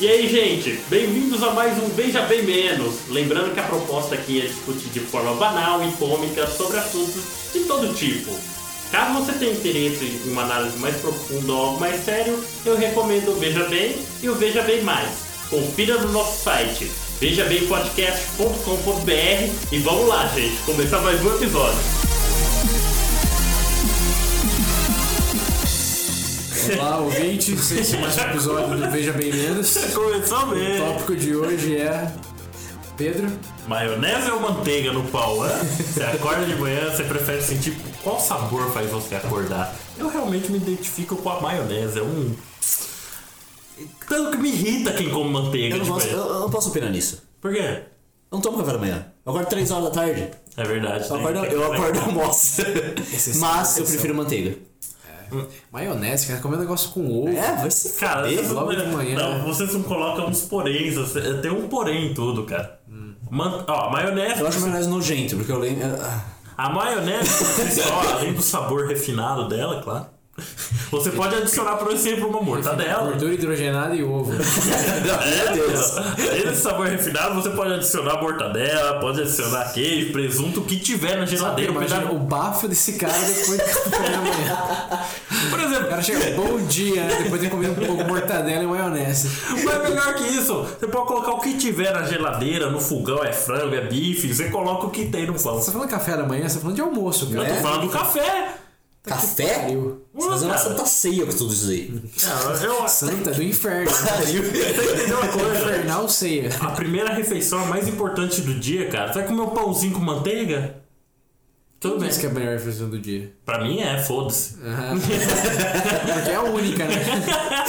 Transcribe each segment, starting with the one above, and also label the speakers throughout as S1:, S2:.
S1: E aí, gente, bem-vindos a mais um Veja Bem Menos. Lembrando que a proposta aqui é discutir de forma banal e cômica sobre assuntos de todo tipo. Caso você tenha interesse em uma análise mais profunda ou algo mais sério, eu recomendo o Veja Bem e o Veja Bem Mais. Confira no nosso site vejabempodcast.com.br e vamos lá, gente, começar mais um episódio.
S2: Olá, ouvintes, esse é mais um episódio do Veja Bem Menos.
S1: Começou
S2: O tópico de hoje é Pedro.
S1: Maionese ou manteiga no pau, né? Você acorda de manhã, você prefere sentir qual sabor faz você acordar? Eu realmente me identifico com a maionese, é um. Tanto que me irrita quem come manteiga
S3: Eu não,
S1: de
S3: posso,
S1: manhã.
S3: eu- eu não posso opinar nisso.
S1: Por quê?
S3: Eu não tomo café da manhã. Eu acordo 3 horas da tarde.
S1: É verdade.
S3: Eu
S1: tem-
S3: acordo,
S1: tem-
S3: eu acordo almoço.
S2: Exceção,
S3: Mas eu
S2: exceção.
S3: prefiro manteiga.
S2: Maionese, cara, comer um negócio com ovo.
S3: É, vai se
S1: Cara,
S3: fuder.
S1: vocês
S2: logo de
S1: não- é-
S2: manhã.
S1: Não, vocês não colocam uns poréns. você- Tem um porém em tudo, cara. Man- Ó, maionese.
S3: Eu acho maionese nojento, porque eu lembro. ah,
S1: A maionese, por si só, além do sabor refinado dela, claro. Você pode adicionar, por exemplo, um tá uma mortadela.
S2: Gordura hidrogenada e ovo.
S3: Meu Deus.
S1: Além desse sabor refinado, você pode adicionar mortadela, pode adicionar queijo, presunto, o que tiver na geladeira. um
S2: Imagina
S1: pedaço-
S2: o bafo desse cara depois de comer da manhã.
S1: Por
S2: O
S1: exemplo,
S2: cara chega, bom dia, né? depois de comer um pouco de mortadela e maionese.
S1: Mas é melhor que isso. Você pode colocar o que tiver na geladeira, no fogão, é frango, é bife, você coloca o que tem no pão.
S2: Você tá falando café da manhã, você tá falando de almoço,
S1: Eu
S2: cara.
S1: tô falando do café.
S3: Café?
S2: Pariu.
S3: Você faz uma
S1: Cara.
S3: santa ceia tá com tudo isso aí.
S1: Não, eu acho.
S2: Santa tá, é do inferno.
S3: Pariu.
S1: Entendeu uma coisa? né?
S2: Infernal ceia.
S1: A primeira refeição mais importante do dia, cara. Você vai comer um pãozinho com manteiga? Tudo bem.
S2: Isso que é a melhor refeição do dia.
S1: Pra mim é, foda-se.
S2: Porque é a única, né?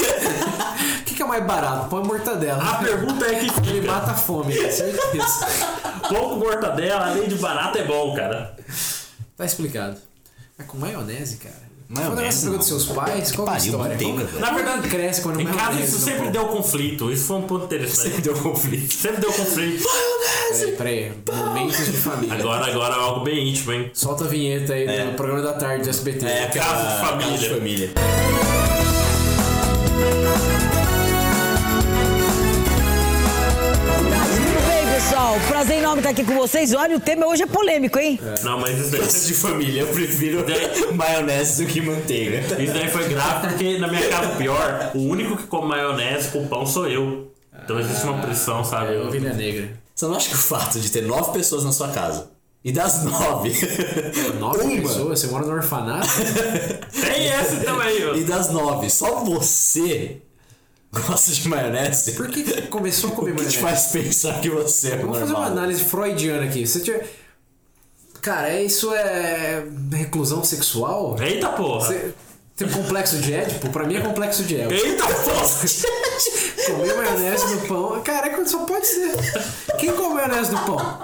S2: O que, que é mais barato? Pão e mortadela.
S1: A pergunta é que
S2: Ele
S1: fica.
S2: mata a fome, é com certeza.
S1: Pão com mortadela, além de barato, é bom, cara.
S2: Tá explicado. Mas com maionese, cara.
S3: Maionese,
S2: Foi um negócio que você pegou dos seus pais? Qual que é a
S3: pariu,
S2: história?
S3: manteiga,
S2: Como-
S3: velho.
S1: Na verdade,
S2: cresce quando
S1: Em
S2: maionese
S1: casa isso
S2: no
S1: sempre
S2: pão?
S1: deu conflito. Isso foi um ponto interessante.
S3: Deu conflito.
S1: Sempre deu conflito.
S2: Peraí, peraí. Momentos de família.
S1: Agora, agora é algo bem íntimo, hein?
S2: Solta a vinheta aí do programa da tarde do SBT.
S3: É aquela
S1: Casa de família.
S3: casa de família.
S4: Bem, pessoal, prazer enorme estar aqui com vocês. Olha, o tema hoje é polêmico, hein?
S1: Não, mas isso daí,
S3: Casa de família, eu prefiro
S1: É.
S3: maionese do que manteiga.
S1: isso daí foi grave porque na minha casa, pior, o único que come maionese com pão sou eu. Então existe uma pressão, sabe?
S2: É, Ovelha Negra.
S3: Você não acha que o fato de ter nove pessoas na sua casa e das nove,
S2: Nove
S3: uma
S2: pessoas, você mora no orfanato?
S1: Tem esse também, ó.
S3: e das nove, só você gosta de maionese?
S2: Por que que começou a comer
S3: O que te
S2: maionese?
S3: faz pensar que você é
S2: Vamos fazer uma
S3: normal?
S2: análise freudiana aqui. Você tinha... Cara, é- isso é reclusão sexual?
S1: Eita porra!
S2: Você tem um complexo de Édipo? Pra mim é complexo de Édipo.
S1: Eita porra!
S2: Comer maionese no pão. Caraca, só pode ser. Quem come maionese no pão?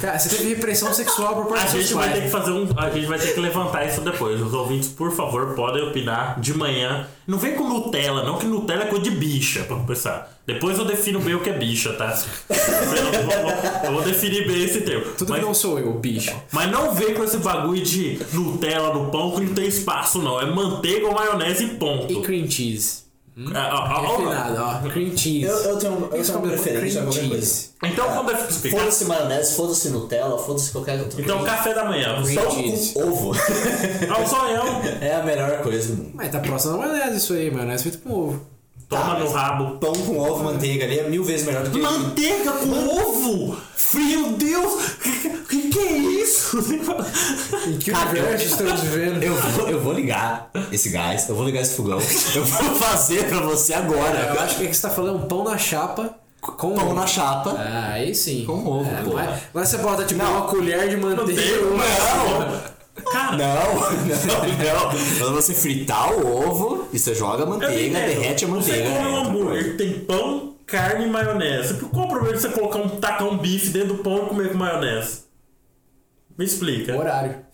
S2: Cara, você teve repressão sexual por parte
S1: A
S2: dos seus
S1: gente vai ter que
S2: pais.
S1: fazer um. A gente vai ter que levantar isso depois. Os ouvintes, por favor, podem opinar de manhã. Não vem com Nutella, não, que Nutella é coisa de bicha, pra começar. Depois eu defino bem o que é bicha, tá? Eu vou, eu vou definir bem esse termo.
S2: Tudo
S1: mas,
S2: que não sou eu, bicho.
S1: mas não vem com esse bagulho de Nutella no pão que não tem espaço, não. É manteiga ou maionese e
S2: E
S1: ponto.
S2: cream cheese.
S1: Ah, ah, ah,
S2: Refinado, ó. Cream cheese.
S3: Eu, eu tenho uma, eu
S2: Eles
S3: tenho uma
S2: comem
S3: preferência
S2: cream
S3: a qualquer coisa. assim.
S2: cheese.
S1: Então, como deve explicar?
S3: Foda-se maionese, foda-se Nutella, foda-se qualquer outra
S1: Então,
S3: coisa.
S1: café da manhã.
S2: Cream cheese.
S3: Então, ovo
S1: Não, só eu.
S3: é a melhor coisa do mundo.
S2: Mas tá próximo da maionese isso aí, maionese feito com ovo.
S1: Toma no rabo.
S3: Pão com ovo, manteiga ali é mil vezes melhor do que
S1: Manteiga com ovo? Meu Deus! Que, que, que é isso?
S2: Em que
S3: Cara,
S2: universo estamos vivendo?
S3: Eu vou, eu vou ligar esse gás, eu vou ligar esse fogão, eu vou fazer pra você agora.
S2: Eu acho que é que você tá falando pão na chapa com
S3: Pão
S2: ovo.
S3: na chapa.
S2: Ah, aí sim.
S3: Com ovo,
S2: é,
S3: pô.
S2: não é- não é você bota tipo uma colher de manteiga.
S1: Não! Cara,
S3: Não, não, não. Quando você fritar o ovo e você joga a
S1: eu
S3: manteiga,
S1: entendo.
S3: derrete a
S1: Você
S3: manteiga.
S1: come
S3: né?
S1: um hambúrguer que tem pão, carne e maionese. Por qual o problema de você colocar um tacar um bife dentro do pão e comer com maionese? Me explica.
S2: Horário.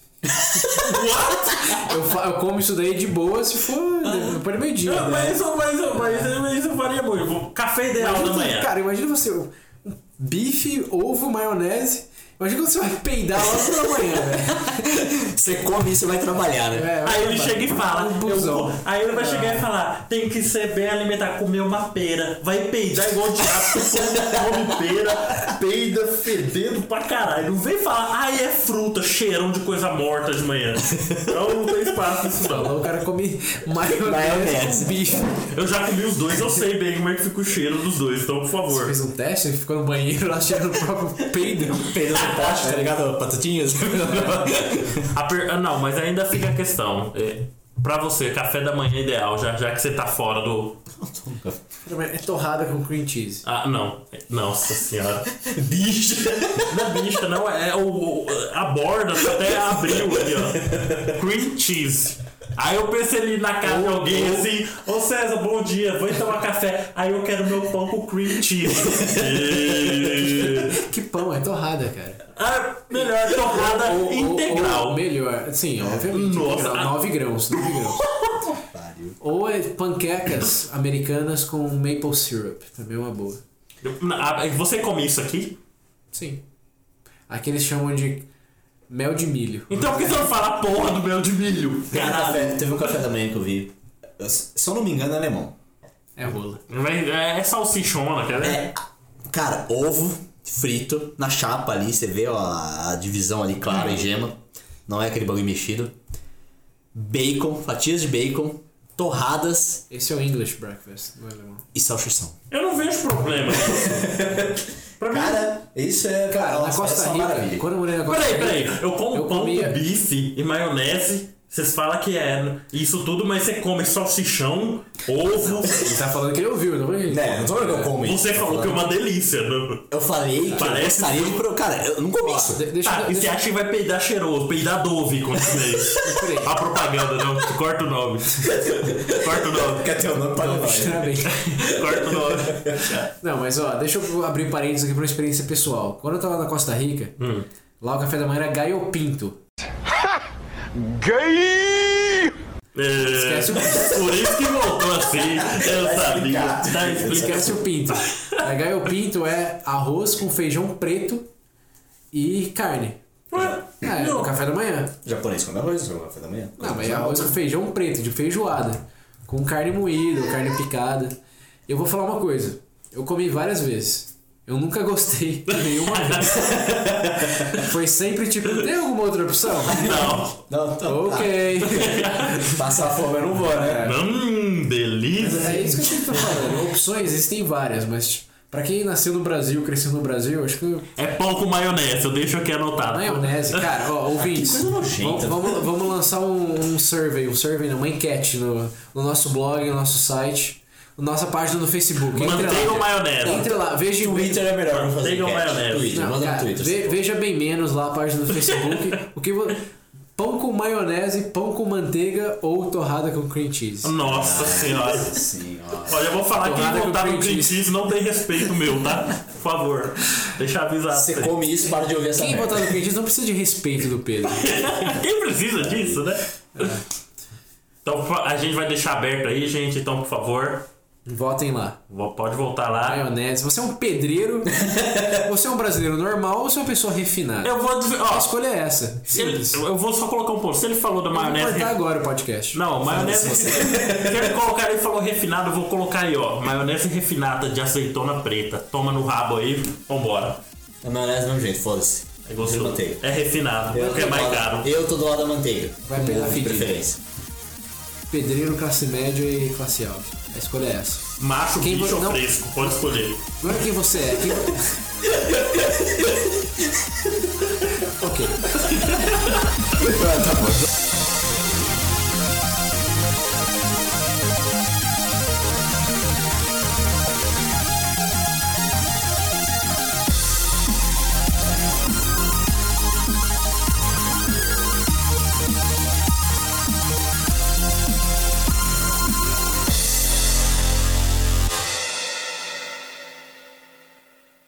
S2: Eu, fa- eu como isso daí de boa se for depois do meio-dia.
S1: Não,
S2: né?
S1: Mas isso, mas, isso, mas, isso, mas isso eu faria muito. Café ideal da
S2: Imagina,
S1: manhã.
S2: Cara, imagina você. um- um bife, ovo, maionese. Imagina quando você vai peidar logo pela manhã, velho.
S3: Você come isso e vai trabalhar, né?
S2: É, vai
S1: Aí ele
S2: acabar.
S1: chega e fala, eu
S2: Um busão.
S1: vou- aí ele vai chegar e falar, tem que ser bem alimentar, comer uma pera, vai peidar igual o diabo, porque come pera, peida fedendo pra caralho. Não vem falar, ai é fruta, cheirão de coisa morta de manhã. Então não tem espaço nisso não.
S2: Falou, o cara come maionese,
S3: Maionese.
S2: com bife.
S1: Eu já comi os dois, eu sei bem como é que fica o cheiro dos dois, então por
S2: Você
S1: favor.
S2: fez um teste, ele ficou no banheiro lá cheirando o próprio peido.
S3: Perdeu no pote, tá ligado? Patatinhas.
S1: A per- ah, Não, mas ainda fica a questão. É, pra você, café da manhã é ideal, já, já que você tá fora do.
S2: É torrada com cream cheese.
S1: Ah, não. Nossa senhora.
S3: Bicho.
S1: Na bicha, não, é o, o- a borda até abriu ali, ó. Cream cheese. Aí eu pensei ali na casa de alguém assim, ô César, bom dia, vou tomar café. Aí eu quero meu pão com cream cheese. E-
S2: Que pão, é torrada, cara.
S1: Ah, melhor, torrada
S2: Ou- ou-
S1: integral.
S2: ou melhor,
S3: É.
S2: sim, obviamente.
S1: Nossa.
S2: Integral, 9 grãos, 9 grãos. Ou é panquecas americanas com maple syrup. Também é uma boa.
S1: Ah, Você come isso aqui?
S2: Sim. Aqui eles chamam de mel de milho.
S1: Então por que você não fala a porra do meu de milho?
S3: Café, teve um café da manhã que eu vi. Se eu não me engano, é alemão.
S2: É rola.
S1: Mas É, é salsichona, quer ver?
S3: É, cara, ovo frito na chapa ali, você vê ó, a divisão ali clara e gema. Não é aquele bagulho mexido. Bacon, fatias de bacon, torradas
S2: Esse é o English breakfast, não é alemão.
S3: e salsichão.
S1: Eu não vejo problema. pra mim,
S3: Cara, isso é
S2: Cara, na
S3: nossa, essa é
S2: Costa
S3: uma
S2: Rica,
S3: maravilha.
S2: quando eu morei na Costa
S1: Peraí,
S2: Rica...
S1: peraí. Eu como
S2: Eu
S1: pão
S2: comia-
S1: com bife e maionese. Vocês falam que é isso tudo, mas você come salsichão, ovo.
S2: Ele tá falando que ele ouviu, não é?
S3: É, não tô falando que eu como
S1: Você
S3: isso,
S1: falou que é uma delícia. né? Não?
S3: Eu falei que eu
S1: Parece-
S3: gostaria de... pro- Cara, eu não comi isso.
S2: De- deixa,
S1: Tá,
S2: eu-
S1: e você
S2: deixa,
S1: acha que vai peidar cheiroso, peidar Dove quando comer isso.
S2: Peraí.
S1: A propaganda, não. Corta o nome. Corta o nome.
S3: Quer ter o nome pra levar, né?
S2: Tá bem.
S1: Corta o nome.
S2: Não, mas ó, deixa eu abrir parênteses aqui pra uma experiência pessoal. Quando eu tava na Costa Rica,
S1: Hum.
S2: lá o café da manhã era gaio pinto.
S1: É,
S2: Esquece o-
S1: Por isso que voltou assim. Eu sabia. Tá explicando.
S2: Esquece o é pinto. A gaio pinto é arroz com feijão preto e carne. É, no café da manhã.
S3: Japonês come arroz no café da manhã.
S2: Não, mas é arroz com feijão preto, de feijoada. Com carne moída, ou carne picada. Eu vou falar uma coisa. Eu comi várias vezes. Eu nunca gostei de nenhuma vez. Foi sempre tipo, tem alguma outra opção?
S1: Não.
S3: Não, tá.
S2: ok.
S3: Passar fome eu não vou, né?
S1: Hum, delícia.
S2: É isso que eu tô falando. Opções existem várias, mas tipo, pra quem nasceu no Brasil, cresceu no Brasil, acho que
S1: É pão com maionese, eu deixo aqui anotado.
S2: Maionese, cara, ó, ouvintes.
S3: coisa nojenta.
S2: Vamos, vamos- vamos lançar um, um survey, um survey, não, uma enquete no, no nosso blog, no nosso site, na nossa página no Facebook. Entre
S1: Mantenha o
S2: lá,
S1: maionese.
S2: entre lá, veja
S3: Twitter é melhor não fazer
S1: Pega
S3: enquete.
S1: uma maionese.
S3: Twitter,
S2: Não,
S3: manda no
S2: cara,
S3: Twitter.
S2: ve- veja bem menos lá a página do Facebook. o que vo- Pão com maionese, pão com manteiga ou torrada com cream cheese.
S1: Nossa senhora.
S3: Sim, ó.
S1: Olha, eu vou falar que
S2: Torrada
S1: quem
S2: com
S1: votar no
S2: cream
S1: cream
S2: cheese.
S1: cheese não tem respeito meu, tá? Por favor. Deixa avisado.
S3: Você
S1: pra
S3: come isso, para de ouvir essa
S2: Quem
S3: merda.
S2: botar no cream cheese não precisa de respeito do Pedro.
S1: ele. Quem precisa disso, né?
S2: É.
S1: Então fa- a gente vai deixar aberto aí, gente. Então, por favor,
S2: Votem lá.
S1: vo- pode voltar lá.
S2: Maionese. Você é um pedreiro, você é um brasileiro normal ou você é uma pessoa refinada?
S1: Eu vou dizer.
S2: A
S1: Ó,
S2: escolha é essa.
S1: se ele-
S2: Simples.
S1: eu vou só colocar um ponto. Se ele falou da
S2: Vou
S1: maionese.
S2: cortar agora o podcast.
S1: Não, maionese. Se ele colocar aí e falou refinado, eu vou colocar aí, ó. Maionese refinada de azeitona preta. Toma no rabo aí, vambora.
S3: A É maionese não, gente, foda-se.
S1: É
S3: Eu
S1: gostoso.
S3: manteiga.
S1: É refinado,
S3: Eu
S1: porque é
S3: tô do
S1: mais
S3: lado-
S1: caro.
S3: Eu tô do lado da manteiga.
S2: Vai pegar
S3: de
S2: fedido.
S3: preferência.
S2: Pedreiro, classe média e classe alta. A escolha é essa.
S1: Macho,
S2: Quem
S1: bicho
S2: vo-
S1: ou
S2: não-
S1: fresco, pode escolher.
S2: Não é quem você é. Quem... ok.
S3: Ah, tá bom.